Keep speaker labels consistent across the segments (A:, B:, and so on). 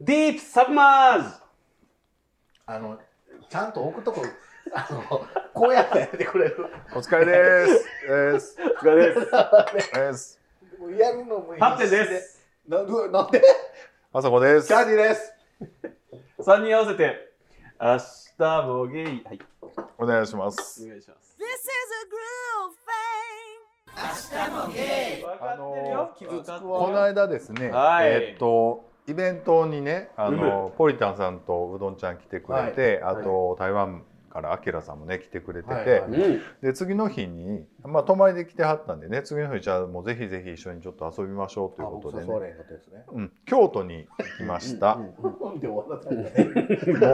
A: ディープサブマーズ
B: あの、ちゃんと置くとこ、 あの、こうやってやってくれる。
C: お疲れです。です。
A: お疲れ です。
C: です。
B: やるのもいいし
A: タッテンで。す。
B: なうなんで
C: あさこです。
B: キャディです。
A: 3人合わせて、明日もゲイ。はい、
C: お願いします。
A: お願いします。
D: This is a groove thing.
A: 分
C: あの
A: 気づかってる
C: この間ですね、
A: はい
C: えーっとイベントにね、あのポリタンさんとうどんちゃん来てくれて、
B: はい
C: あと台湾からアキラさんもね来てくれてて、
B: はいはい
A: うん。
C: で次の日にまあ泊まりで来てはったんでね、次の日じゃあもうぜひぜひ一緒にちょっと遊びましょうということで
B: あ僕誘わ
C: ね。
B: れへんかったですね。
C: うん、京都に行きました。
A: うん
C: も
B: なんで終わらないんだ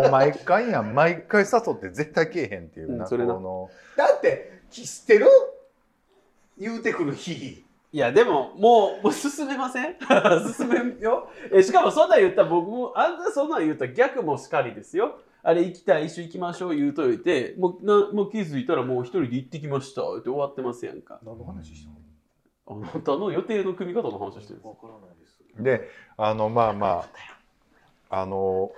B: ね。
C: う毎回やん、毎回誘って絶対来えへんっていう
A: う
C: な、
A: んそれな
C: この
B: だって、知ってる言うてくる日。
A: いや、でも、もう、もう進めません 進めよ。え、しかもそんなん言ったら僕も、あんたそんなん言ったら逆もしかりですよ。あれ行きたい、一緒行きましょう言うといて、もう、なもう気づいたらもう一人で行ってきましたって終わってますやんか。
B: 何の話したの
A: あなたの予定の組み方の話をしてるんです。
B: わからないです。
C: であのまあまああの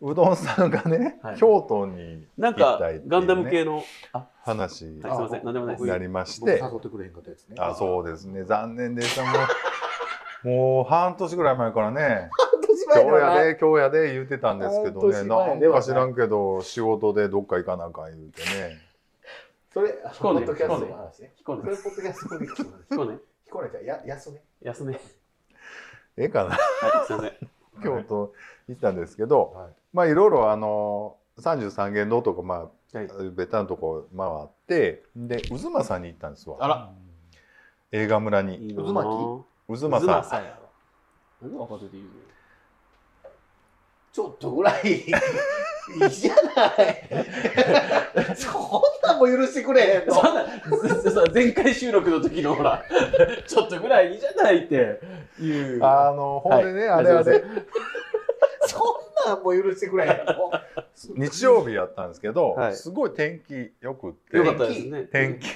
C: うどんさんがね、
A: はい
C: 京都に
A: なん
C: 行
A: か
C: きたいっていうね、
A: ガンダム系の、あ、
C: 話に
A: はい、すいません、なんでもないです。
C: なりまして
B: 僕誘ってくれへんかったですね。
C: あそうですね残念でしたもうもう半年ぐらい前からね「今日やで今日やで」言ってたんですけど
B: 半
C: ね
B: 年前
C: な
B: で
C: ん
B: はな
C: か
B: い
C: 知らんけど仕事でどっか行かなあかん言うてね
B: それ、あの
A: こ
B: ポ
A: うね
B: ッドキャストの話ね。
A: 彦
B: そ
A: 根
B: れ、、ポッドキャストの話。
A: 彦根、
B: 彦根ちゃん、や、休め。
A: 安根。はい、
C: ええかな
A: すいません。
C: 京都行ったんですけど、
B: はい
C: まあいろいろあの33軒のとこま
A: はい
C: あベタのとこ回ってで渦間さんに行ったんですわ
A: あら、
C: 映画村に
A: いいなぁ
B: 渦巻
C: 渦
A: 渦
C: 間
A: 巻
C: さん
A: さんやろ。なんで若手で言うの
B: ちょっとぐらいいいじゃないそんなんも許してくれへんの
A: そんなそそう前回収録の時のほら ちょっとぐらいいいじゃないっていう
C: あのほんでね、あれあ
A: すい
C: れ
A: ま
B: そんなんも許してくれへんの
C: 日曜日やったんですけど、
A: はい
C: すごい天気よくって
A: せんよかったですね
C: 天気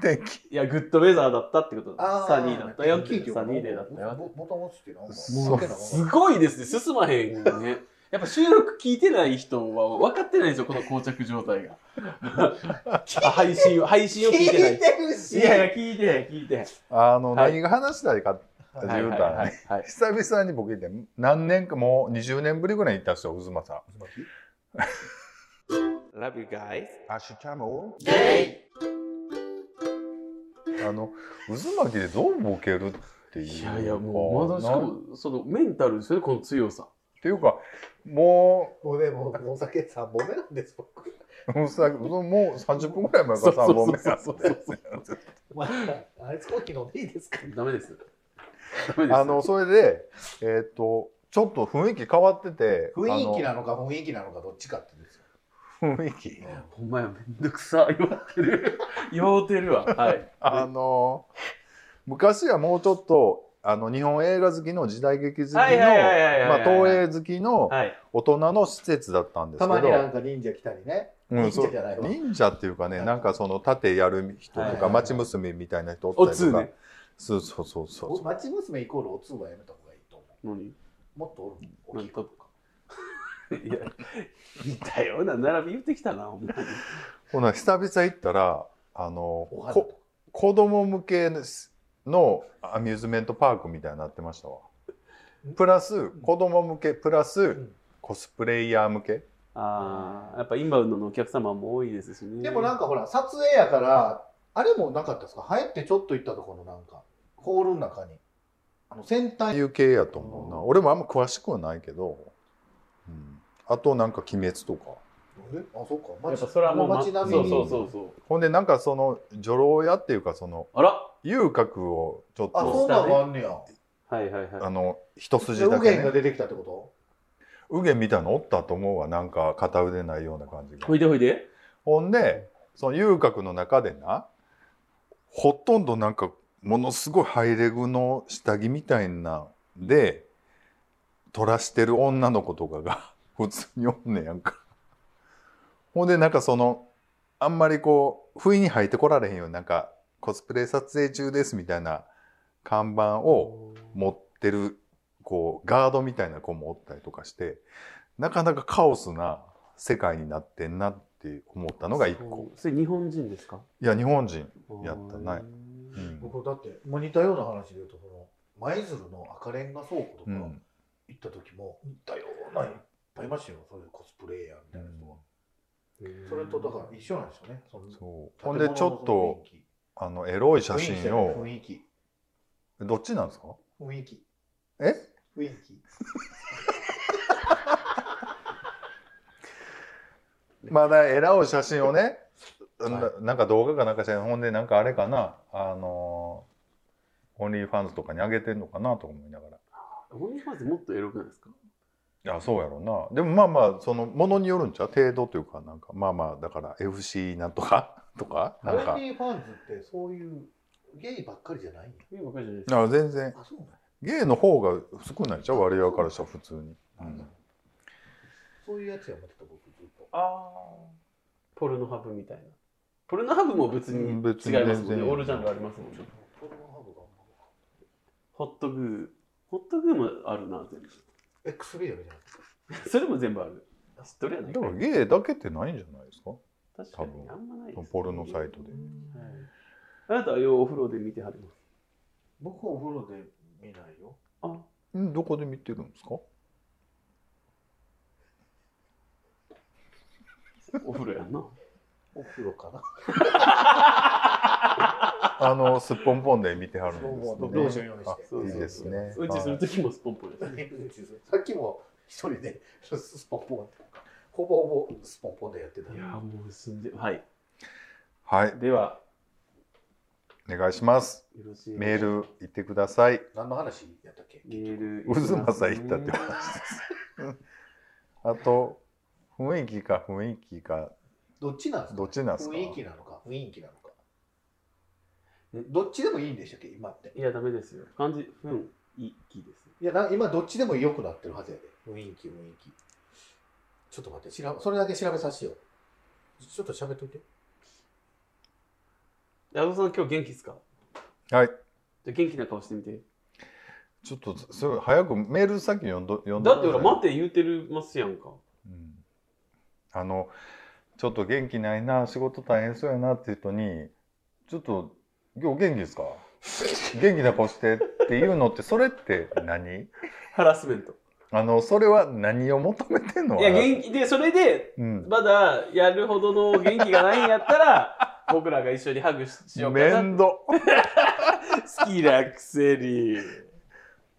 C: 天気
A: いやグッドウェザーだったってこと
B: あー
A: サニーだったよサニ
B: 天気
A: ーデーだったよ
B: ボボタン押してなんか
C: そう
B: わけなわかん
A: す
B: ない
A: ごいですね進まへんねやっぱ収録聞いてない人は分かってないんですよこの膠着状態があ配信を配信を聞いてな
B: 聞い
A: い
B: てるし
A: いやいや聞いてへん聞いてへん
C: あの、
A: はい
C: 何が話したいかって言うたらね、
A: はいはいはいはい
C: 久々に僕って何年かもう20年ぶりぐらいに行ったんですよ渦間さん
A: Love you guys
C: アシュチャモあの渦巻きでどうボケるっていう
A: い
C: い
A: やいやもうまだしかもそのメンタルですよねこの強さ
C: っていうかも
B: もうねもうお酒3本目なんです僕
C: うさもう30分ぐらい前から3本目やって
A: そうそうそうそう
B: まああいつコーヒー飲んでいいですか
A: ダメです。ダメです。
C: あの、それで、えーっと、ちょっと雰囲気変わってて、
B: 雰囲気なのか雰囲気なのかどっちかってですよ
C: あの雰囲気。
A: ほんまや、めんどくさ、言わってる。言うてるわ。はい。
C: あの、昔はもうちょっと、あの、日本映画好きの時代劇好きの、
A: はいはいはいはいはい
C: まあ、東映好きの
A: はい。
C: 大人の施設だったんです
B: た
C: け
B: まにな
C: ど、
B: んか忍者来たりね
C: うん、そ
B: 忍者
C: う
B: じゃないわ
C: 忍者っていうかね、なんかその盾やる人
A: はい
C: と
A: はいはい
C: か、町娘みたいな人お
A: お
C: ったり
A: つ
C: とか
A: ね。。
C: そうそうそうそう
B: お。町娘イコールお通はやめた方がいいと思
A: 何
B: うもっとおる大き
A: 何
B: い
A: とか。いや、似たような並び言ってきたな、ほんまに。
C: ほな、久々行ったら、あの、
B: お花と
C: こ子供向けのアミューズメントパークみたいになってましたわプラス子供向けプラス
B: ん
C: コスプレイヤー向け
A: ああ、やっぱインバウンドのお客様も多いですしね。
B: でもなん
A: か、
B: かほら撮影やからあれもなかったですか流行ってちょっと行ったところのなんかホールの中にあの先
C: ああ
B: 端
C: いう系やと思うな俺もあんま詳しくはないけど、うん、あとなんか「鬼滅」とか
B: えあそっか
A: やっぱそれはもう、
B: 街並みに
A: そうそうそうそう。
C: ほんでなんかその女郎屋っていうかその
A: あら
C: 遊郭をちょっ
B: あ
C: と
B: そんなんがあんねや
A: はいはいはい。
C: あの一筋だ
B: 右
C: け
B: 玄
C: ね
B: が出てきたってこ
C: 右玄みたいなのおったと思うわなんか片腕ないような感じが
A: ほいでほいで。
C: ほんでその遊郭の中でなほとんどなんかものすごいハイレグの下着みたいなんで取らしてる女の子とかが 普通におんねやんか。ほんでなんかそのあんまりこう不意に入ってこられへんようになんかコスプレ撮影中ですみたいな看板を持ってるこうガードみたいな子もおったりとかしてなかなかカオスな世界になってんなって思ったのが一個。
A: それ日本人ですか
C: いや日本人、やったなうん
B: 僕だって、まあ、似たような話で言うとその舞鶴の赤レンガ倉庫とか行
C: うん
B: った時も似たようないっぱいいましたよそういうコスプレイヤーみたいな人が、それとだから一緒なんですよねその
C: そうほんでちょっとあのエロい写真を
B: 雰囲気
C: どっちなんですか
B: 雰囲気
C: え
B: 雰囲気
C: まだエロい写真をね、
B: い
C: ななんか動画かなんかしらほんでなんかあれかなあのーオンリーファンズとかにあげてんのかなと思いながら
A: オンリーファンズもっとエロくないですか
C: いやそうやろうなでもまあまあそのものによるんちゃう程度というかなんかまあまあだから FC なんとか とかなん
B: オ
C: か
B: ンリーファンズってそういうゲイばっかりじゃないんや
A: いいばっかりじゃないですか
C: あ全然
B: あそうなんや
C: ゲイの方が少ないじゃう割合からしたら普通に、うん
B: そういうやつや思ってた僕ずっと
A: あポルノハブみたいなポルノハブも別に違います
C: 別に
A: もん
C: 全
A: ね
C: 然
A: オールジャンルありますもんね
B: ポルノハブが
A: ホットグーホットグーもあるな全部
B: X3 だけじゃなくて
A: それも全部ある知っとるやない
C: だ
A: か
C: から
A: い
C: ゲイだけってないんじゃないですか
A: 確かにあんまないですね
C: ポルノサイトで
A: はいあなたはようお風呂で見てはります
B: 僕はお風呂で見ないよ
A: あ
C: んどこで見てるんですか
A: お風呂やん な
B: お風呂かな
C: あのすっぽんぽんで見てはるんです、
B: そうそうローション用意して
C: あ
A: そうそうそう
C: いいですね
A: うんちする時もスポンポンですね
B: さっきも一人でスポンポンってほぼほぼスポンポンでやってた
A: いやーもうすんではい
C: はい
A: では
C: お願いします
A: よろしい
C: メール言ってください。
B: 何の話やったっけ
A: メール
C: うずまさ言ったって話です。あと、雰囲気か雰囲気か、
B: どっちなんですか
C: どっちなんですか
B: 雰囲気なのか雰囲気なのかどっちでもいいんでしたっけ今って
A: いやダメですよ漢字ふんいきです
B: いやな今どっちでも良くなってるはずやで雰囲気雰囲気ちょっと待って調べそれだけ調べさせてよちょっと喋っといて
A: 矢野さん今日元気ですか
C: はい。
A: じゃあ元気な顔してみて
C: ちょっと、それ早くメール先読んど、読んで
A: だってほら
C: くさい
A: 待って言うてるますやんか
C: うんあの、ちょっと元気ないな、仕事大変そうやなっていう人に、ちょっと、今日元気ですか元気な顔してっていうのって、それって何
A: ハラスメント
C: あの、それは何を求めてんの
A: いや
C: あなた
A: 元気でそれで
C: うん。
A: まだやるほどの元気がないんやった ら僕らが一緒にハグしようかな
C: 面倒。
A: 好きなくせに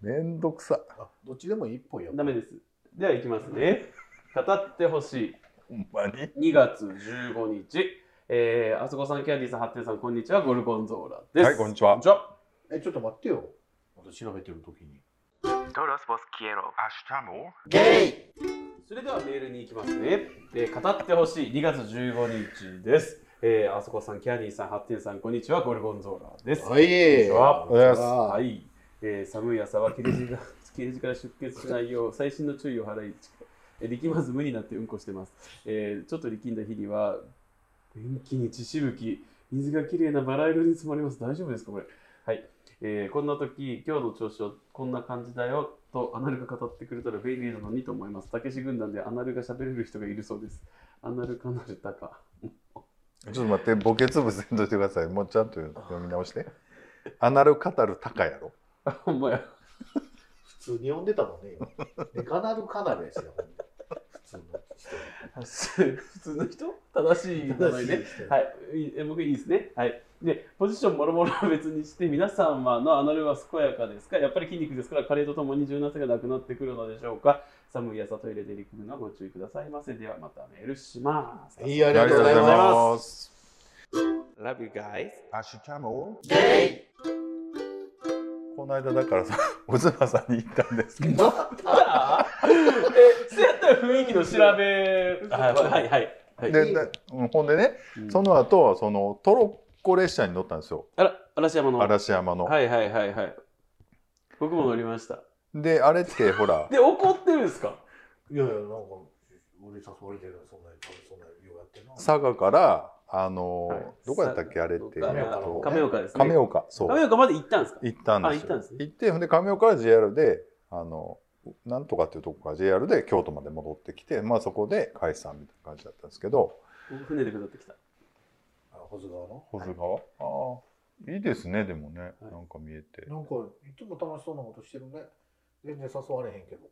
C: 面倒くさ。
B: あどっちでもいいっぽいよ
A: ダメですでは行きますね語ってほしい
C: ほんまに。
A: 2月15日、えー、あそこさん、キャンディーさん、ハッテンさん、こんにちは、ゴルゴンゾーラです。
C: はいこんにちは
B: えちょっと待ってよまた調べてる時に
A: ゲイそれではメールに行きますね。えー、語ってほしい2月15日です。えー、あそこさん、キャンディーさん、ハッテンさん、こんにちは、ゴルゴンゾーラです。
B: はい。
A: は
C: おはようござい
A: はい。えー寒い朝は切れ字が 切れ字から出血しないよう細心の注意を払い、えー力まず無になってうんこしてます。えーちょっと力んだ日には、便器に血しぶき、水がきれいなバラ色に染まります。大丈夫ですか、これ。はい。えーこんな時、今日の調子はこんな感じだよとアナルが語ってくれたら便利なのにと思います。たけし軍団でアナルが喋れる人がいるそうです。アナルカナルタカ。
C: ちょっと待って、ボケつぶせんといてください。もうちゃんと読み直して。アナルカタルタカやろ。
A: あ、ほんまや。
B: 普通に呼んでたもんね 今デカナルカナルですよほんと普通の人
A: 普通の人正しい名前ね。はい、いいえ僕いいですね。はい。で、ポジションもろもろは別にして、皆さんはのアナルは健やかですかやっぱり筋肉ですから、加齢とともに柔軟性がなくなってくるのでしょうか寒い朝トイレで陸軍がご注意くださいませ。ではまたメールします。
B: いいあ
C: あ
B: りがとうございます
C: す。
A: Love you guys.
C: アシュチャモこの間だからさ、 うずまさんに行ったんですけど、
A: え、そうやったら雰囲気の調べ。はいはいはい。はい、
C: ででうんほんでね、
A: うん
C: その後はそのトロッコ列車に乗ったんですよ、
A: あら、嵐山の。
C: 嵐山の。
A: はいはいはいはい。僕も乗りました。
C: で、あれってほら、
A: で、怒ってるんですか
B: いやいやなんか俺誘われてるそんなにそんなにようやってんな
C: 佐賀から、あのー
A: はい
C: どこやったっけ、あれって、
A: 亀
B: 亀
A: 岡
B: 岡
C: えっと
B: の
A: 亀岡ですね。
C: 亀岡、そう
A: 亀。岡まで行ったんですか
C: 行ったんですよ。
A: あ行ったんですね
C: 行って、ほんで亀岡から JR で、あのなんとかっていうとこから JR で京都まで戻ってきて、まあ、そこで解散みたいな感じだったんですけど
A: 僕船で下ってきた。
B: あ保津川の
C: 保津川、ああいいですねでもね、
A: い
C: なんか見えて
B: なんかいつも楽しそうなことしてるね全然誘われへんけど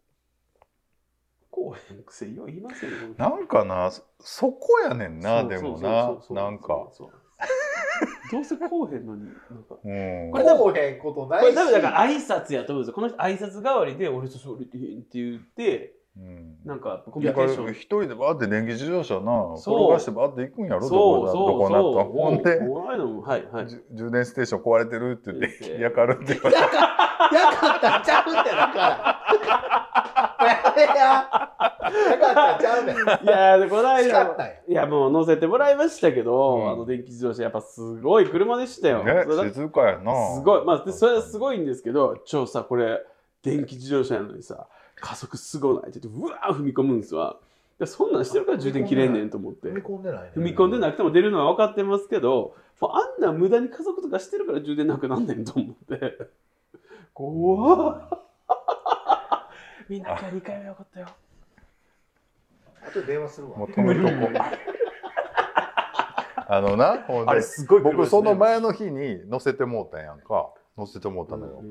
A: こうへんくせよう言いますよね。
C: なんかなそそこやねんな
A: そう
C: でも
A: そう
C: な
A: そうそう
C: なんか。
A: そうどうせこうへんのに、なんか。
C: うん
A: これ多分
B: こうへんことな
A: こ
B: い
A: れ
B: し
A: 多分だから挨拶やと思うんですよ。この人挨拶代わりで俺とそれって言って、
C: うん
A: なんかコミュ
C: だ
A: ニケー
C: から
A: ション
C: 一人でバーって電気自動車な
A: そう
C: 転がしてバーって行くんやろ
A: そう
C: ど
A: そう
C: こだど
A: そう。
C: こなとほんで
A: 怖いのもはいはい。
C: じゅ充電ステーション壊れてるって言っ
A: 言って
C: て「やかる」って言われて
B: やかやかったんちゃうってだからやめややかったんちゃうねん
A: いやーこの
B: 叱
A: 間
B: ったんや
A: いやもう乗せてもらいましたけど、
C: うん
A: あの電気自動車やっぱすごい車でしたよ。それ
C: ね
A: だ
C: 静かやな
A: すごいまあでそれはすごいんですけど超さこれ電気自動車やのにさ加速すごないって言ってうわー踏み込むんですわ。いやそんなんしてるから充電切れんねんと思って
B: 踏み込んでないね
A: 踏み込んでなくても出るのは分かってますけどもうあんな無駄に加速とかしてるから充電なくなんねんと思って怖っ みんな今日2回目よかったよ
B: あとで電話するわ
C: もう止めとこ あのなほんで
A: すご
C: 僕その前の日に乗せてもうたんやんか乗せてもうたのよ、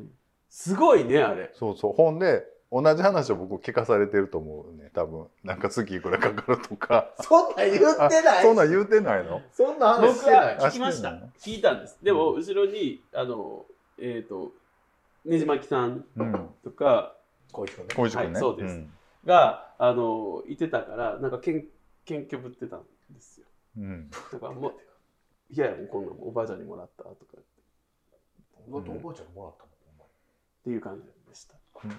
A: すごいねあれ
C: そうそうほんで同じ話を僕聞かされてると思うね多分なんか月いくらかかる とか
B: そんなん言ってない
C: そんなん言うてないの
B: そんな話し
A: 僕
B: てない
A: は
C: あ
A: 聞きました
C: してんの
A: 聞いたんですでも後ろにあのえっ、とねじまきさん
C: うん
A: とか
B: こいつね
C: 小石君ね、
A: はいそうです
C: ん
A: が、あのいてたからなんかけん謙虚ぶってたんですよ
C: うん
A: だからもう、いやいや、こんなもんおばあちゃんにもらったとかっ
B: だっておばあちゃんもらったもんお前
A: ていう感じでした。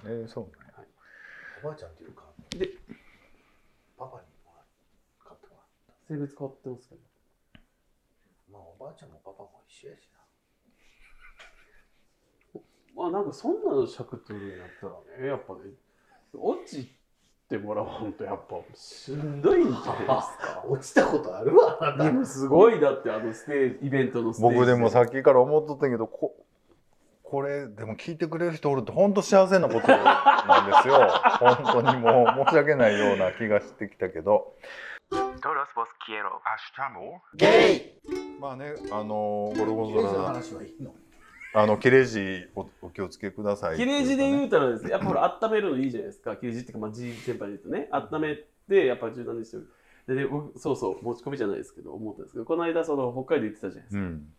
C: えーそうなんや
B: おばあちゃんっていうか
A: で
B: パパにもらった買ってもらっ
A: 性別変わってますけど。
B: たまあおばあちゃんもパパも一緒やしな
A: まあなんかそんなの尺取るんやったらね、やっぱね、落ちてもらわんとやっぱしんどいんじゃないですか。
B: 落ちたことあるわあな
A: で
B: た
A: もすご いだってあのステージイベントのステージ
C: 僕でもさっきから思っとったんやけどここれでも聞いてくれる人おるって本当幸せなことなんで すよ本当にもう申し訳ないような気がしてきたけど
E: Todos vos quiero.
B: ゲイ
C: まあねあのゴル
B: キ
C: ゴ
B: レイ
C: ンゾ
B: ジの
C: ーラ
B: 話はいいの
C: あの切れ字おお気をつけください
A: 切れ字で言うたらですね、やっぱほら、温めるのいいじゃないですか。切れ字っていうか、まあ、G 先輩で言うとね、温めて、やっぱ柔軟にしてる。で、で僕そうそう、持ち込みじゃないですけど、思ったんですけど、この間、その、北海道行ってたじゃないですか。
C: うん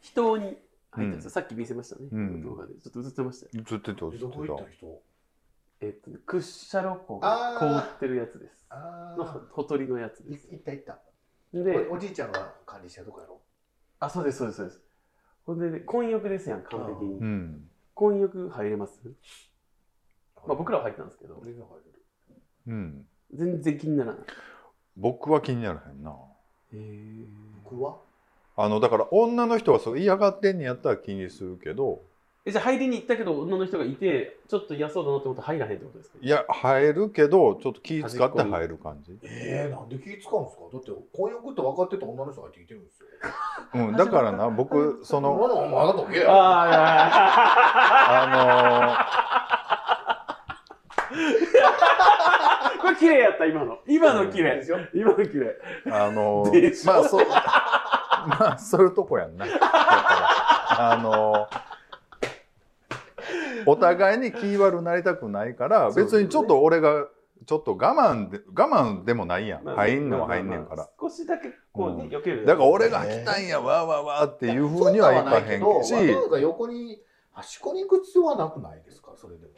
A: 人に入ったんですよ、さっき見せましたね、
C: うん
A: 動画でちょっと映ってましたよ
C: ずっと言ってた
B: ど
C: ず
B: こ
C: っ
B: 行っ
C: と言った
B: 人
A: えっとね屈斜路湖が凍ってるやつです
B: あ
A: のほとりのやつ
B: い
A: です
B: 行った行った
A: で
B: おおじいちゃんが管理してるとこやろ
A: あそうですそうですそうですほんでね混浴ですやん完璧
C: う
A: に
C: ん
A: 混浴入れますまあ僕らは入ったんですけど
B: 俺が入れる
C: うん
A: 全然気にならない
C: 僕は気にならへんな
A: へ
B: 僕は
C: あのだから女の人はそう嫌がってんにやったら気にするけど
A: えじゃあ入りに行ったけど女の人がいてちょっと嫌そうだなって思って入らへんってことですか
C: いや入るけどちょっと気使って入る感じ、
B: えー、なんで気使うんですかだって婚約って分かってた女の人が入ってきてるんですよ
C: うん、だからな僕その
B: のお前あなたもゲイやろ
A: あ
C: あ
A: あこれ綺麗や った今の今の綺
B: で
A: 麗
B: すよ
A: 今の綺麗
C: のー、あの
A: で
C: ー、
A: しょ
C: まあそう、 まあそういうとこやんな。だからあのー、お互いに気悪なりたくないから、
A: そうですね
C: 別にちょっと俺がちょっと我慢で我慢でもないやん。
A: まあ
C: 入んのは
A: まあ
C: 入んねんか
A: まあ
C: ら。
A: 少しだけこ
C: う
A: うん避ける
C: だから俺が来たんやわーわーわーっていうふうにはいかへんし
B: わざわざ横に端っこに行く必要はなくないですかそれでも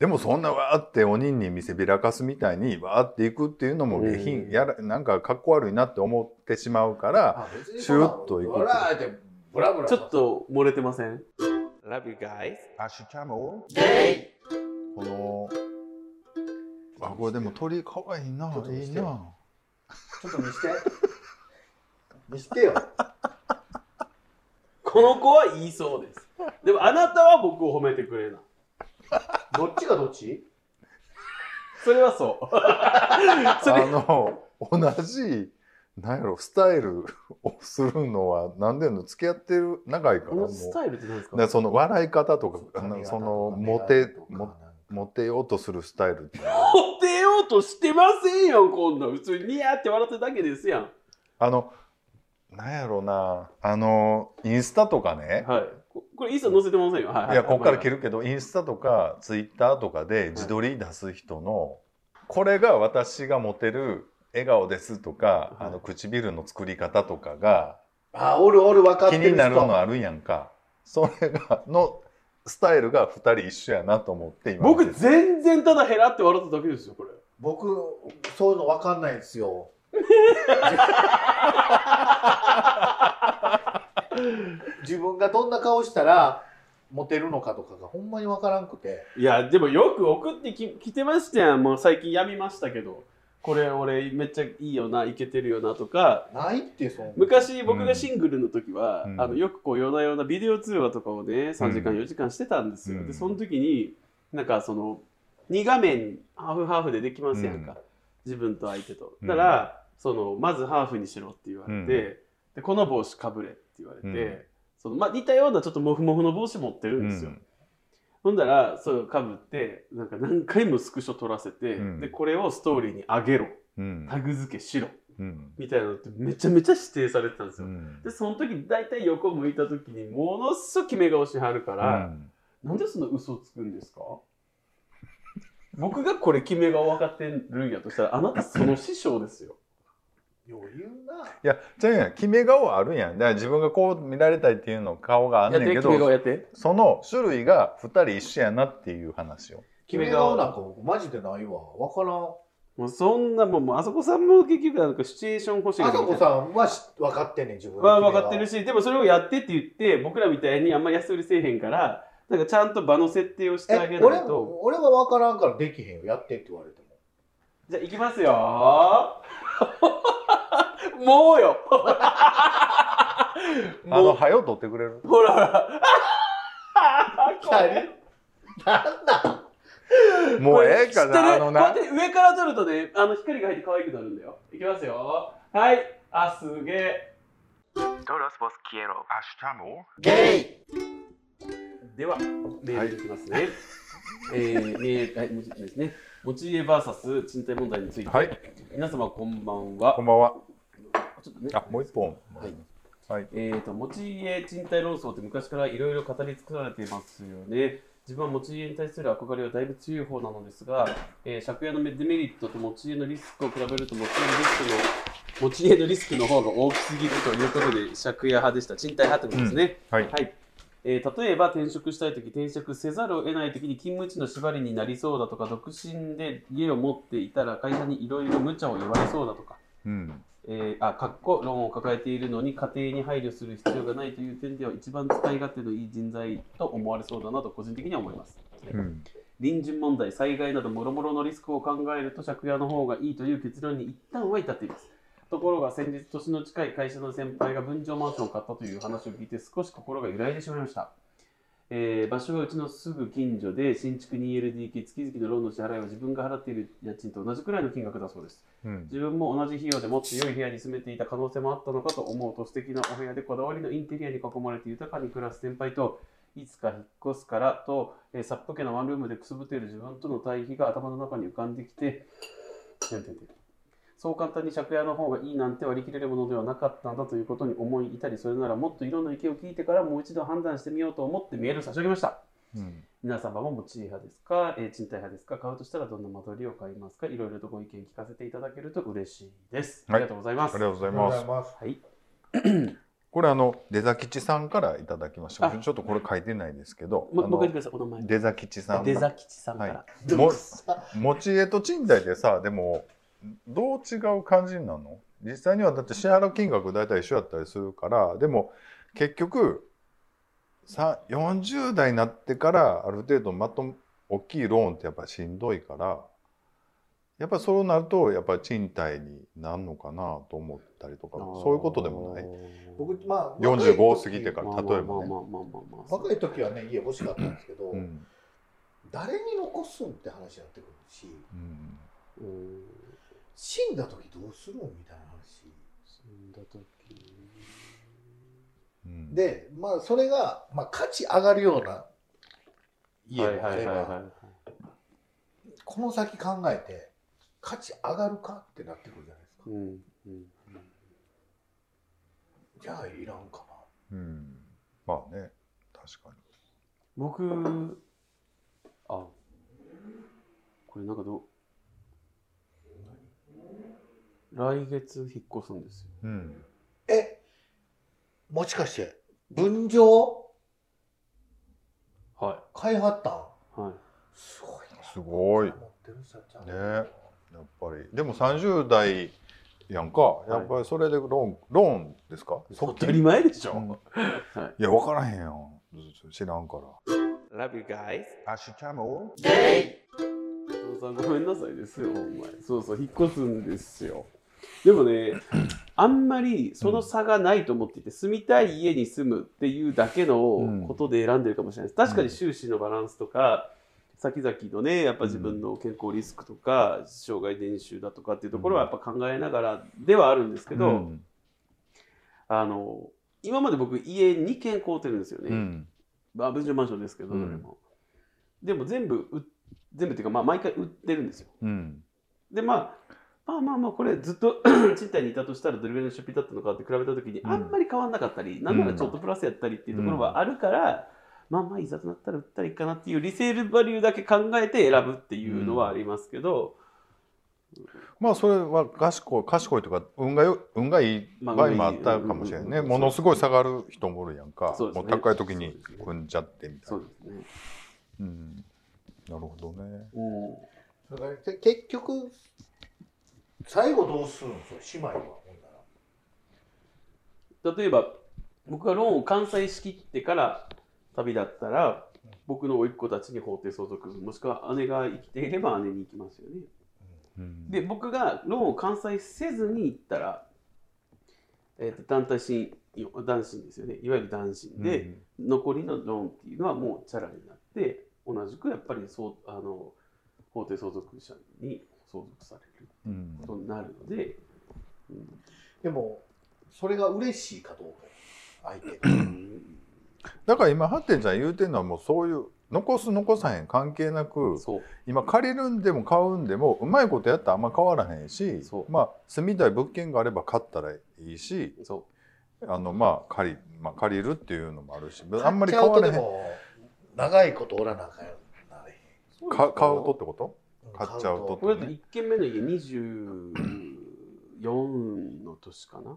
C: でもそんなわーっておにんに見せびらかすみたいにわーっていくっていうのも下
A: う
C: 品
A: ん
C: やらなんかかっこ悪いなって思ってしまうから
B: あ別に
C: シュッと行く
B: ほらってブラブラ
A: ちょっと漏れてません Love you guys
C: このあこれでも鳥可愛いな
B: ちょっと見
C: いい
B: せてよ
C: な
B: ちょっと見して 見してよ
A: この子は言いそうですでもあなたは僕を褒めてくれない
B: どっちがどっち
A: それはそうそ
C: あ
A: れ
C: の同じなんやろスタイルをするのは何での付き合ってる長いか
A: こ
C: らも
A: の
C: う
A: スタイルって何ですか
C: だからその笑い方とかあのそのモテ
B: モ
C: モモテようとするスタイルって
A: モテようとしてませんよこんなん普通にニヤって笑ってるだけですやん
C: あのなんやろうなあのインスタとかね、
A: はいここれいいっすよ載せてませんよはいい
C: やこっから切
A: る
C: るけどインスタとかツイッターとかで自撮り出す人のこれが私がモテる笑顔ですとか、
A: はい
C: あの唇の作り方とかが
B: あおるおる分かって
C: 気
B: る人
C: になるのあるやんかそれがのスタイルが2人一緒やなと思って今
A: 僕全然ただヘラって笑っただけですよこれ
B: 僕そういうの分かんないんですよ自分がどんな顔したらモテるのかとかがほんまに分からんくて
A: いやでもよく送ってき来てましたやんもう最近やみましたけどこれ俺めっちゃいいよなイケてるよなとか
B: ないってその
A: 昔僕がシングルの時は、
C: うん
A: あのよくこう夜な夜なビデオ通話とかをね3時間
C: うん
A: 4時間してたんですよ、
C: うん
A: でその時になんかその2画面ハーフハーフでできますやんか、
C: うん
A: 自分と相手と
C: うん
A: だから、そのまずハーフにしろって言われて、
C: うん
A: でこの帽子かぶれって言われて、
C: うん
A: そのまあ、似たようなちょっとモフモフの帽子持ってるんですよ、ほんだらそれをかぶってなんか何回もスクショ撮らせて、
C: うん
A: でこれをストーリーに上げろ
C: うん
A: タグ付けしろ
C: うん
A: みたいなのってめちゃめちゃ指定されてたんです
C: う
A: よ、
C: ん
A: でその時大体横向いた時にものすごい決め顔しはるから、なんでそんな嘘つくんですか 僕がこれ決め顔分かってるんやとしたらあなたその師匠ですよ
B: 余裕ない
C: やじゃあ決め顔あるやんだから自分がこう見られたいっていうの顔があんねんけど
A: やって
C: その種類が2人一緒やなっていう話を
B: 決め顔なんかマジでないわ分からん
A: もうそんなもうもうあそこさんも結局なんかシチュエーション欲しい
B: あ
A: みた
B: さ
A: いな
B: こさんはし分かってんねん自分の
A: は
B: 決め
A: 分
B: 顔
A: かってるしでもそれをやってって言って僕らみたいにあんまり安売りせえへんからなんかちゃんと場の設定をしてあげ
B: え
A: な
B: 俺
A: いと
B: 俺は分からんからできへんよやってって言われても
A: じゃあ行きますよーもうよ
C: あ
A: も
C: の
A: う
C: 早う取ってくれる
A: ほらほらこれ
B: なんなん
C: もうええ
A: 知
C: か
A: ってる
C: なあの
A: こうやっ
C: な
A: て上から撮るとねあの光が入って可愛くなるんだよ行きますよーはいあすげえ
E: Todos vos quiero.
B: ゲイ
A: では、メールいきますね。えー、メール、はい、もちですね。持ち家 VS 賃貸問題について、
C: はい
A: 皆様こんばんは
C: こん。ばんは
A: ちょっとね、
C: あもう一本
A: はい
C: はい
A: えー、と持ち家賃貸論争って昔からいろいろ語り尽くされていますよね。自分は持ち家に対する憧れはだいぶ強い方なのですが、えー借家のデメリットと持ち家のリスクを比べると持ち家のリスクの持ち家のリスクの方が大きすぎるということで借家派でした賃貸派ということですね。
C: はい
A: はいえー例えば転職したい時転職せざるを得ない時に勤務地の縛りになりそうだとか独身で家を持っていたら会社にいろいろ無茶を言われそうだとか
C: うん
A: えーあ、かっこ論を抱えているのに家庭に配慮する必要がないという点では一番使い勝手のいい人材と思われそうだなと個人的には思います。
C: うん
A: 隣人問題、災害など諸々のリスクを考えると借家の方がいいという結論に一旦は至っています。ところが先日、年の近い会社の先輩が分譲マンションを買ったという話を聞いて少し心が揺らいでしまいました。えー場所はうちのすぐ近所で新築 2LDK 月々のローンの支払いは自分が払っている家賃と同じくらいの金額だそうです。
C: うん
A: 自分も同じ費用でもっと良い部屋に住めていた可能性もあったのかと思うと素敵なお部屋でこだわりのインテリアに囲まれて豊かに暮らす先輩といつか引っ越すからと、えー、サップ家のワンルームでくすぶっている自分との対比が頭の中に浮かんできててんてんてんそう簡単に借家の方がいいなんて割り切れるものではなかったんだということに思い至りそれならもっといろんな意見を聞いてからもう一度判断してみようと思ってメールを差し上げました。
C: うん
A: 皆様も持ち家派ですか、えー賃貸派ですか買うとしたらどんな間取りを買いますかいろいろとご意見聞かせていただけると嬉しいです。
C: はい
A: ありがとうございま
C: あ
A: す。
C: りがとうござい
B: ありがとうご
C: ま
B: ざい
C: す
B: ます
A: はい、
C: これあの出ザ吉さんからいただきまし
A: あ
C: たちょっとこれ書いてないですけど
A: も
C: あ
A: も
C: の
A: う一回言ってください、お名前。
C: 出ザ吉さん
A: 出ザ吉さんか
C: は
A: ら。
C: いも持ち家と賃貸でさでもどう違う感じになるの実際にはだって支払う金額大体一緒やったりするからでも結局さ40代になってからある程度まとも大きいローンってやっぱしんどいからやっぱそうなるとやっぱ賃貸になるのかなと思ったりとかそういうことでもない
B: 僕まあ
C: 45過ぎて
B: ら
C: から
A: まあ
C: 例え
A: ま
C: ばね
A: あまあまあまあまあ
B: 若い時はね家欲しかったんですけど、
C: うん
B: 誰に残すんって話になってくるし
C: うん
A: うん
B: 死んだ時どうするんみたいな話
A: 死んだ時
C: うん
B: でまあそれが、まあ、価値上がるような家もあれば、
A: はいはいはいはい
B: この先考えて価値上がるかってなってくるじゃないですか
A: うん
B: じゃあいらんかな
C: うん、まあね確かに
A: 僕あこれなんかどう来月引っ越すんですよ
C: うん
B: えもしかして分譲
A: は
B: 買いはったん
A: いはい
B: すごいね
C: すごい
B: 持ってる人ちゃう
C: ねやっぱりでも30代やんかやっぱりそれでローンローンですか
A: 当たり前でしょ、
C: うん
A: はい
C: や分からへんよ知らんから
A: Love you guys
C: アッシュチャム
A: 父さんごめんなさいですよお前そうそう引っ越すんですよでも ねあんまりその差がないと思っていて住みたい家に住むっていうだけのことで選んでるかもしれないです確かに収支のバランスとか先々のねやっぱ自分の健康リスクとか障害年収だとかっていうところはやっぱ考えながらではあるんですけど、
C: うん
A: あの今まで僕家2軒買うてるんですよね、
C: うん
A: まあ、分譲マンションですけどど
C: う
A: れ
C: ん
A: も、でも全部売全部っていうかまあ毎回売ってるんですよ
C: うん
A: でまあまあまあまあこれずっと 賃貸にいたとしたらどれぐらいの出費だったのかって比べた時に
C: うん
A: あんまり変わんなかったり、なんならちょっとプラスやったりっていうところはあるから、まあまあいざとなったら売ったらいいかなっていうリセールバリューだけ考えて選ぶっていうのはありますけど、
C: まあそれは賢い賢いとか運がよ運がいい
A: ま
C: 場
A: あ
C: 合もあったかもしれないね、
A: うんうんうん
C: ものすごい下がる人もおるやんか
A: そうですね
C: もう高い時に組んじゃってみたいな
A: そうですね、
C: うん、なるほどね
A: うん、
B: それから結局最後どうするんですよ姉妹はほんなら
A: 例えば僕がローンを完済しきってから旅だったら僕の甥っ子たちに法定相続もしくは姉が生きていれば姉に行きますよね。
C: うん
A: で僕がローンを完済せずに行ったら、えー、と団体信用男信ですよねいわゆる男信で、残りのローンっていうのはもうチャラになって同じくやっぱりそうあの法定相続者に相続される
C: うんうん
A: ことになるので、
B: でもそれが嬉しいかどうか相手が
C: だから今ハッテンちゃん言うてんのはもうそういう残す残さへん関係な
A: う
C: く
A: んそう
C: 今借りるんでも買うんでもうまいことやったらあんま変わらへんし
A: そう
C: まあ住みたい物件があれば買ったらいいし
A: そ
C: あのまあ借り,、まあ、借りるっていうのもあるしあ
B: あ
C: ん
B: んま
C: まり
B: り
C: 変
B: 変
C: わ
B: わ
C: ら
B: ら
C: へ
B: へ
C: ん
B: 長いことおらなあかんようになれへん
A: う
C: か買うとってこと買っちゃうと
A: これだと1軒目の家24の年かな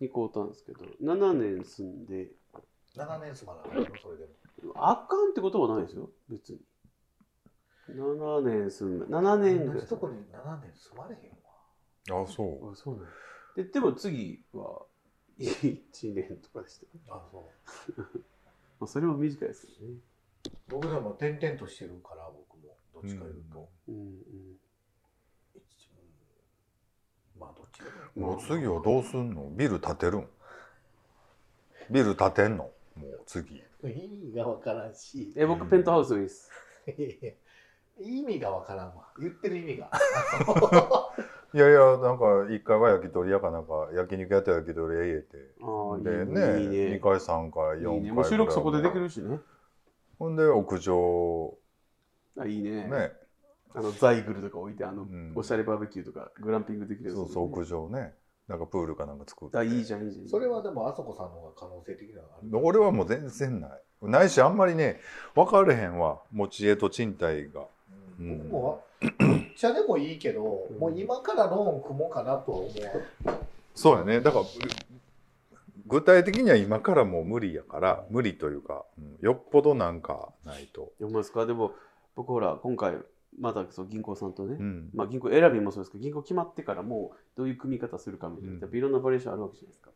A: に買うたんですけど7年住んで
B: 7年住まなあかんよそれでも
A: あかんってことはないですよ別に7年住む7年ぐ
B: 同
A: らい
B: じとこに7年住まれへんわ
C: あそ
A: あそうなんででも次は1年とかでした、
B: あそう
A: まあ、それも短いですよね
B: 僕でも転々としてるから僕もどっちか言うと、
A: うんうん
B: 一うんまあどっちか
C: うもう次はどうすんのビル建てるんビル建てんのもう次
B: 意味がわからんし
A: え僕ペントハウスがいいです
B: いやいや意味がわからんわ言ってる意味が
C: いやいやなんか一回は焼き鳥屋かなんか焼肉屋と焼き鳥屋言えて
A: ああいい
C: で
A: ねいい
C: ね
A: ね
C: 二回三回
A: いい
C: 四
A: ね
C: 回
A: もう収録そこででき
C: ぐらい
A: るしね
C: ほんで屋上
A: あいいね
C: ね
A: あのザイグルとか置いてあの、
C: うん
A: おしゃれバーベキューとかグランピングできるやつ
C: そうそう屋上ねなんかプールかなんか作る
A: あいいじゃんいいじゃん
B: それはでもあそこさんの方が可能性的なのがある
C: 俺はもう全然ないないしあんまりね分かれへんわ持ち家と賃貸がうん
B: 僕もめっちゃでもいいけど、もう今からローン組もうかなとは思う
C: そうやねだから具体的には今からもう無理やから無理というか、うんよっぽどなんかないと、
A: 読ますかでも僕ほら今回またそう銀行さんとね、
C: うん
A: まあ、銀行選びもそうですけど銀行決まってからもうどういう組み方するかみたいな、
C: うん
A: やっぱいろんなバリエーションあるわけじゃないですか。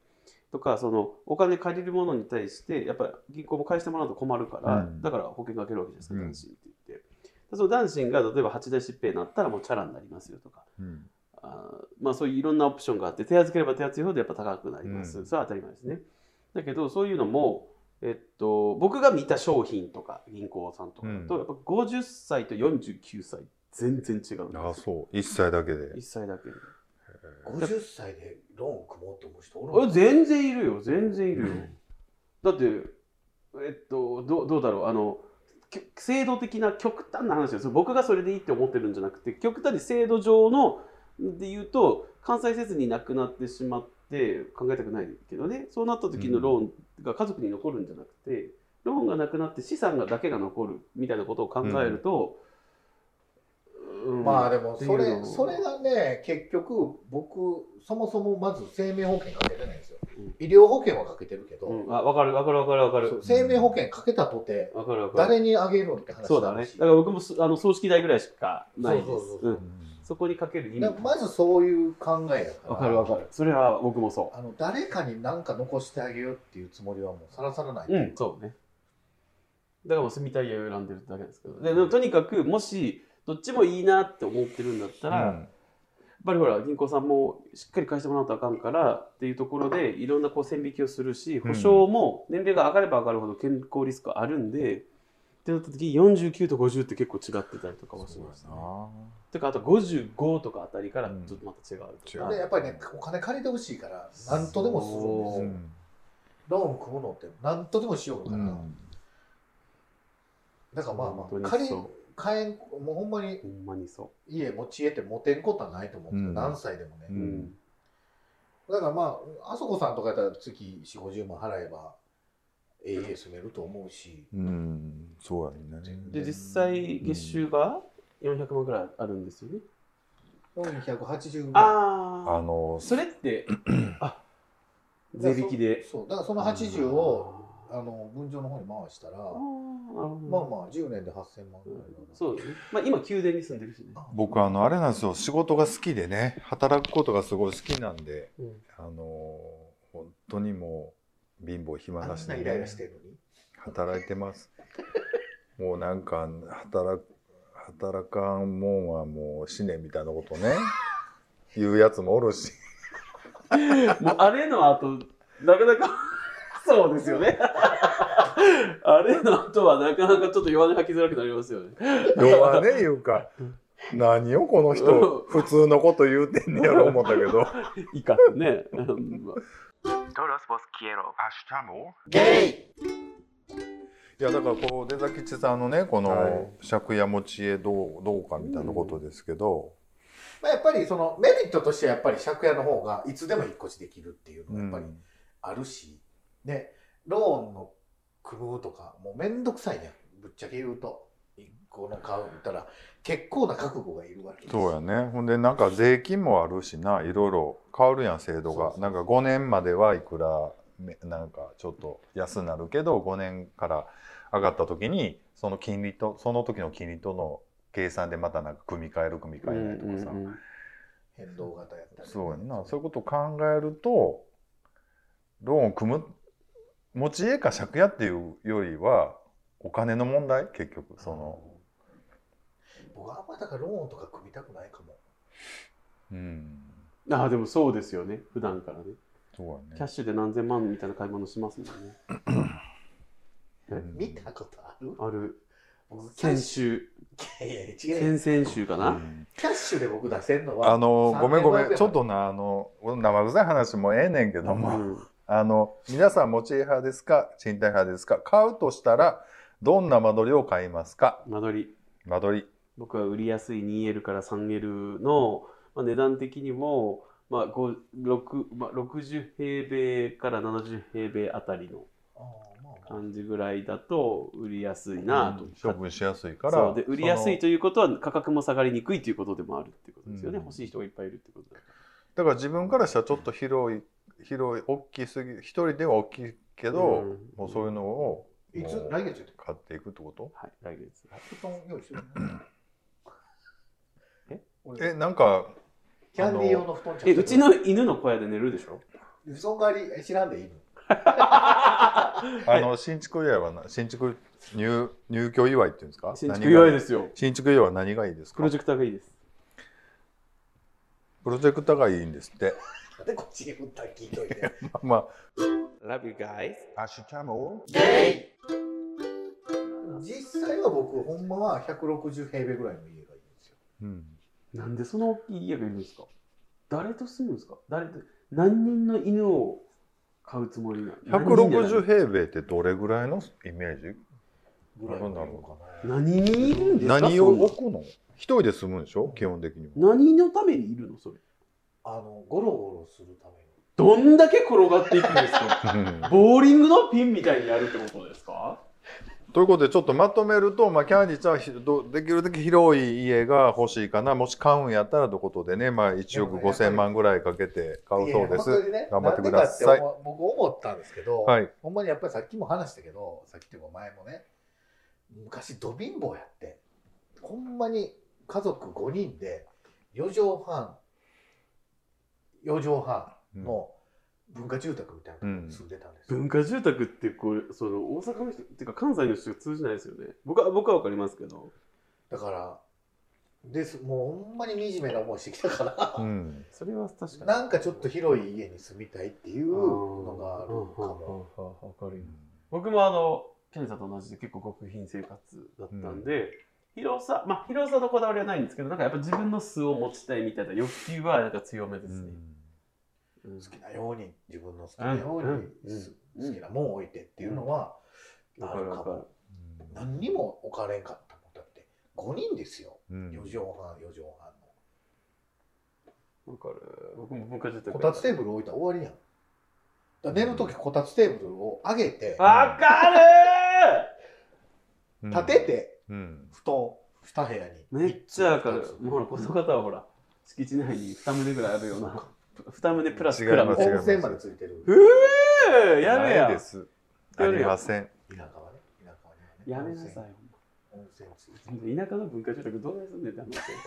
A: とかそのお金借りるものに対してやっぱり銀行も返してもらうと困るから、
C: うん
A: だから保険かけるわけじゃないですか男信っ
C: うん
A: て言って。でその男信が例えば8代疾病になったらもうチャラになりますよとか
C: うん
A: あーまあそういういろんなオプションがあって手厚ければ手厚いほどやっぱ高くなります、
C: うん
A: それは当たり前ですねだけどそういうのも、えっと、僕が見た商品とか銀行さんとかだと、
C: うん
A: やっぱ50歳と49歳全然違うんですよ
C: あそう1歳だけで
A: 1歳だけで
B: 50歳でローン組もうと思う人おる
A: 俺
B: ん
A: 全然いるよ全然いるよ、
C: うん
A: だってえっとどうどうだろうあのきょ制度的な極端な話ですよ僕がそれでいいって思ってるんじゃなくて極端に制度上ので言うと完済せずに亡くなってしまって考えたくないけどねそうなった時のローンが家族に残るんじゃなくて、ローンがなくなって資産がだけが残るみたいなことを考えると、うん
B: まあでもそ
A: っていう
B: れ
A: の
B: それがね結局僕そもそもまず生命保険かけてないんです
A: う
B: よ、
A: ん
B: 医療保険はかけてるけど、
A: うん、あ分かる分かる分かる分か
B: そ
A: る
B: う生命保険かけたとて
A: 分かる分かる
B: 誰にあげるのって話
A: そう
B: に
A: だ
B: な
A: ね
B: る
A: だ
B: し
A: から僕もすあの葬式代ぐらいしかないです
B: そうそうそうそう
A: うんそこにかける意味
B: だからまずそういう考えだから
A: わかるわかるそれは僕もそ
B: あの誰かに何か残してあげようっていうつもりはもうさらさらない、
A: ううんそうねだからもう住みたい家を選んでるだけですけどででもとにかくもしどっちもいいなって思ってるんだったら、やっぱりほら銀行さんもしっかり返してもらうとあかんからっていうところでいろんなこう線引きをするし保証も年齢が上がれば上がるほど健康リスクあるんでってなった時49と50って結構違ってたりとかはしますね。とかあと55とかあたりからちょっとまた違うとか、
C: うん
B: でやっぱりねお金借りてほしいから何とでもするんです
A: う
B: よローン組むのって何とでもしようから、だからまあま
A: 本当に
B: あ借り
A: そう
B: 買えんもうほんまに
A: ほんまにそ
B: 家持ち家って持てんことはないと思うんですよ、
C: うん
B: 何歳でもね、
A: う、
C: うん
B: だからまああそこさんとかやったら月4 5 0万払えばええ家住めると思うし、
C: うん、そうやね。
A: で実際月収が400万ぐらいあるんですよね、
B: 480万
C: あ
A: ああ
C: の、
A: それって あ税引きで
B: そうだからその80をあの分譲の方に回したら
A: あーなるほど
B: まあまあ10年で8000万ぐらい
A: そうですね、まあ、今宮殿に住んでるしね、
C: 僕あのあれなんですよ仕事が好きでね働くことがすごい好きなんで
A: うん
C: あの本当にもう貧乏暇
B: あ
C: なんし
B: な
C: で、
B: イライ
C: ね
B: ラ、してるのに
C: 働いてますもうなんか働く働かんもんはもう死ねみたいなことね言うやつもおるし
A: もうあれの後なかなか そうですよね あれの後はなかなかちょっと弱音吐きづらくなりますよね
C: 弱ね言うか何をこの人普通のこと言うてんねやろ思ったけ ど
A: いかんねうんまあ
E: Todos vos quiero.
C: 明日も
B: ゲイ
C: いやだからこう出崎吉さんのねこ
A: はい
C: の借家持ち家どうどうかみたいなことですけど、
B: まあ、やっぱりそのメリットとしてはやっぱり借家の方がいつでも引っ越しできるっていうのがやっぱり
C: うん
B: あるし、ねローンの組むとかもうめんどくさいねぶっちゃけ言うと一個の買うったら結構な覚悟がいるわけです
C: そうやねほんでなんか税金もあるしないろいろ変わるやん制度
B: そう
C: が
B: そう
C: なんか5年まではいくらめなんかちょっと安なるけど5年から上がった時にその金利とその時の金利との計算でまたなんか組み替える組み替えないとかさ、
A: うんうんうん
B: 変動型やったり
C: そうやんなそういうことを考えるとローンを組む持ち家か借家っていうよりはお金の問題結局その、
B: 僕はあんまだからローンとか組みたくないかも
C: うん、
A: ああでもそうですよね普段からね
C: そ
A: キ
C: う
A: ャ
C: や
A: ッ
C: ね
A: シュで何千万みたいな買い物しますもんね。
C: うん
B: 見たことある
A: ある。
B: 僕キャッ
A: 先
B: シ
A: 週、
B: ュいやいや違うよ
A: 先々週か
C: う
A: な。
C: ん
B: キャッシュで僕出せんのは
C: あのごめんごめ
B: 3500
C: んちょっとなあの生臭い話もええねんけど
A: う
C: も、
A: ん
C: あの皆さん持ち家派ですか賃貸派ですか買うとしたらどんな間取りを買いますか
A: 間取り。
C: 間取り
A: 僕は売りやすい 2L から 3L の、まあ、値段的にも、まあ、ご六まあ、60平米から70平米あたりの
B: あーまあまあ
A: 感じぐらいだと売りやすいなと。
C: 処分しやすいから
A: そうで売りやすい
C: そ
A: ということは価格も下がりにくいということでもあるっていうことですよね、
C: うん
A: 欲しい人がいっぱいいるってことだ
C: のだから自分からしたらちょっと広い広い大きすぎ一人では大きいけ
A: け
C: ど、もうそういうのを
B: いつ
C: もう
B: 来月やった
C: 買っていくってこと
A: はい来月
B: 布団用意してる
A: え
C: えなんか
B: キャンディー用の布団ちゃ
A: えうちの犬の小屋で寝るでしょ
B: 布団狩りえ知らんでいいの
C: あの新築祝いはな新築入入居祝いっていうんですか
A: 新築祝い
C: 何が
A: ですよ。
C: 新築祝いは何がいいです
A: プ
C: か
A: ロジェクターがいいです。
C: プロジェクターがいいんですって
B: でこっちに振ったら聞いといて
C: ま
A: Love you guys.
C: あ明日も
B: 実際は僕ほんまは160平米ぐらいの家がいいんですよ
C: うん
A: なんでその大きい家がいるんですか誰と住むんですか誰と何人の犬を飼うつもりなの
C: 160平米ってどれぐらいのイメージ
B: ぐらいの
C: な
B: か
C: るほ
A: 何にいるんですか
C: 何を
A: そんな
C: 置くの一人で住むんでしょ基本的には。
A: 何のためにいるのそれ
B: なあのゴロゴロするために
A: どんだけ転がっていくんです か
C: うん
A: ボーリングのピンみたいにやるってことですか
C: ということでちょっとまとめると、まあ、キャンディーちゃんはひどできるだけ広い家が欲しいかなもし買うんやったらということでね、まあ、1億5,000万ぐらいかけて買うそう
B: い
C: で
B: やいや本当
C: す。
B: にね
C: 頑張ってください
B: なんでかって思う僕思ったんですけど、
C: はい、
B: ほんまにやっぱりさっきも話したけどさっきというか前もね昔ド貧乏やってほんまに家族5人で4畳半4畳半の文化住宅みたいなところに住んでたんですよ、
A: 文化住宅ってこれその大阪の人っていうか関西の人通じないですよね僕は僕は分かりますけど
B: だからですもうほんまに惨めな思いしてきたから
C: うん
A: それは確かに
B: なんかちょっと広い家に住みたいっていうのがあるかも。
A: も分かる僕もあのケンジさんと同じで結構極貧生活だったんで、広さまあ広さのこだわりはないんですけどなんかやっぱ自分の素を持ちたいみたいな欲求はなんか強めですね、うん
B: 好きなように自分の好きなように、す
A: うんうん
B: 好きなもん置いてっていうのは、
A: わか
B: ある
A: る
B: か
A: わかる
B: も。何にも置かれんかったもんだって5人ですよ
C: うん
B: 4畳半4畳半
A: わかる僕も文化住
B: の
A: 宅
B: こたつテーブル置いたら終わりやんだから寝る時こたつテーブルを上げて
A: わか
C: うん
B: 立てて
C: うん
B: 布団2部屋に
A: るめっちゃわかる
B: 一つ
A: もうほらこの方はほら敷地内に2棟ぐらいあるような2棟プラス
C: 違い
A: クラブ
C: ます
B: 温泉までついてる
A: うえーやめ
C: ない
A: や
C: ですあ
A: やるやん
C: りません。
B: 田舎はね田舎はね
A: やめなさい
B: 温泉温泉つい
A: ほ
B: て
A: ん
B: る
A: ま田舎の文化住宅どうやすんねんって話してる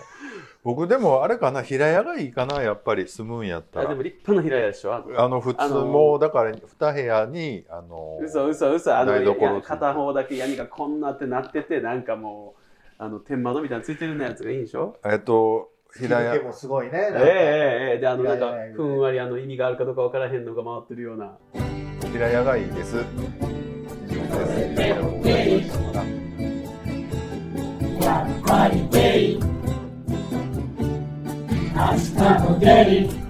C: 僕でもあれかな平屋がいいかなやっぱり住むんやった
A: あで
C: ら
A: も。立派な平屋でしょあの
C: あの普
A: あ
C: 通
A: の
C: もうだから2部屋にあの
A: 嘘嘘嘘あの
C: 台所
A: いや片方だけ闇がこんなってなっててなんかもうあの天窓みたいなのついてるようなやつがいいんでしょ
C: えっと平
B: 昼
C: 屋
B: 気もすごいねなん
A: ええ
B: か
A: ええええであのなん
B: い
A: か
B: やいやいや
A: ふんわりあの意味があるかどうかわからへんのが回ってるような
C: 平屋がいいです。
F: Hasta no deri,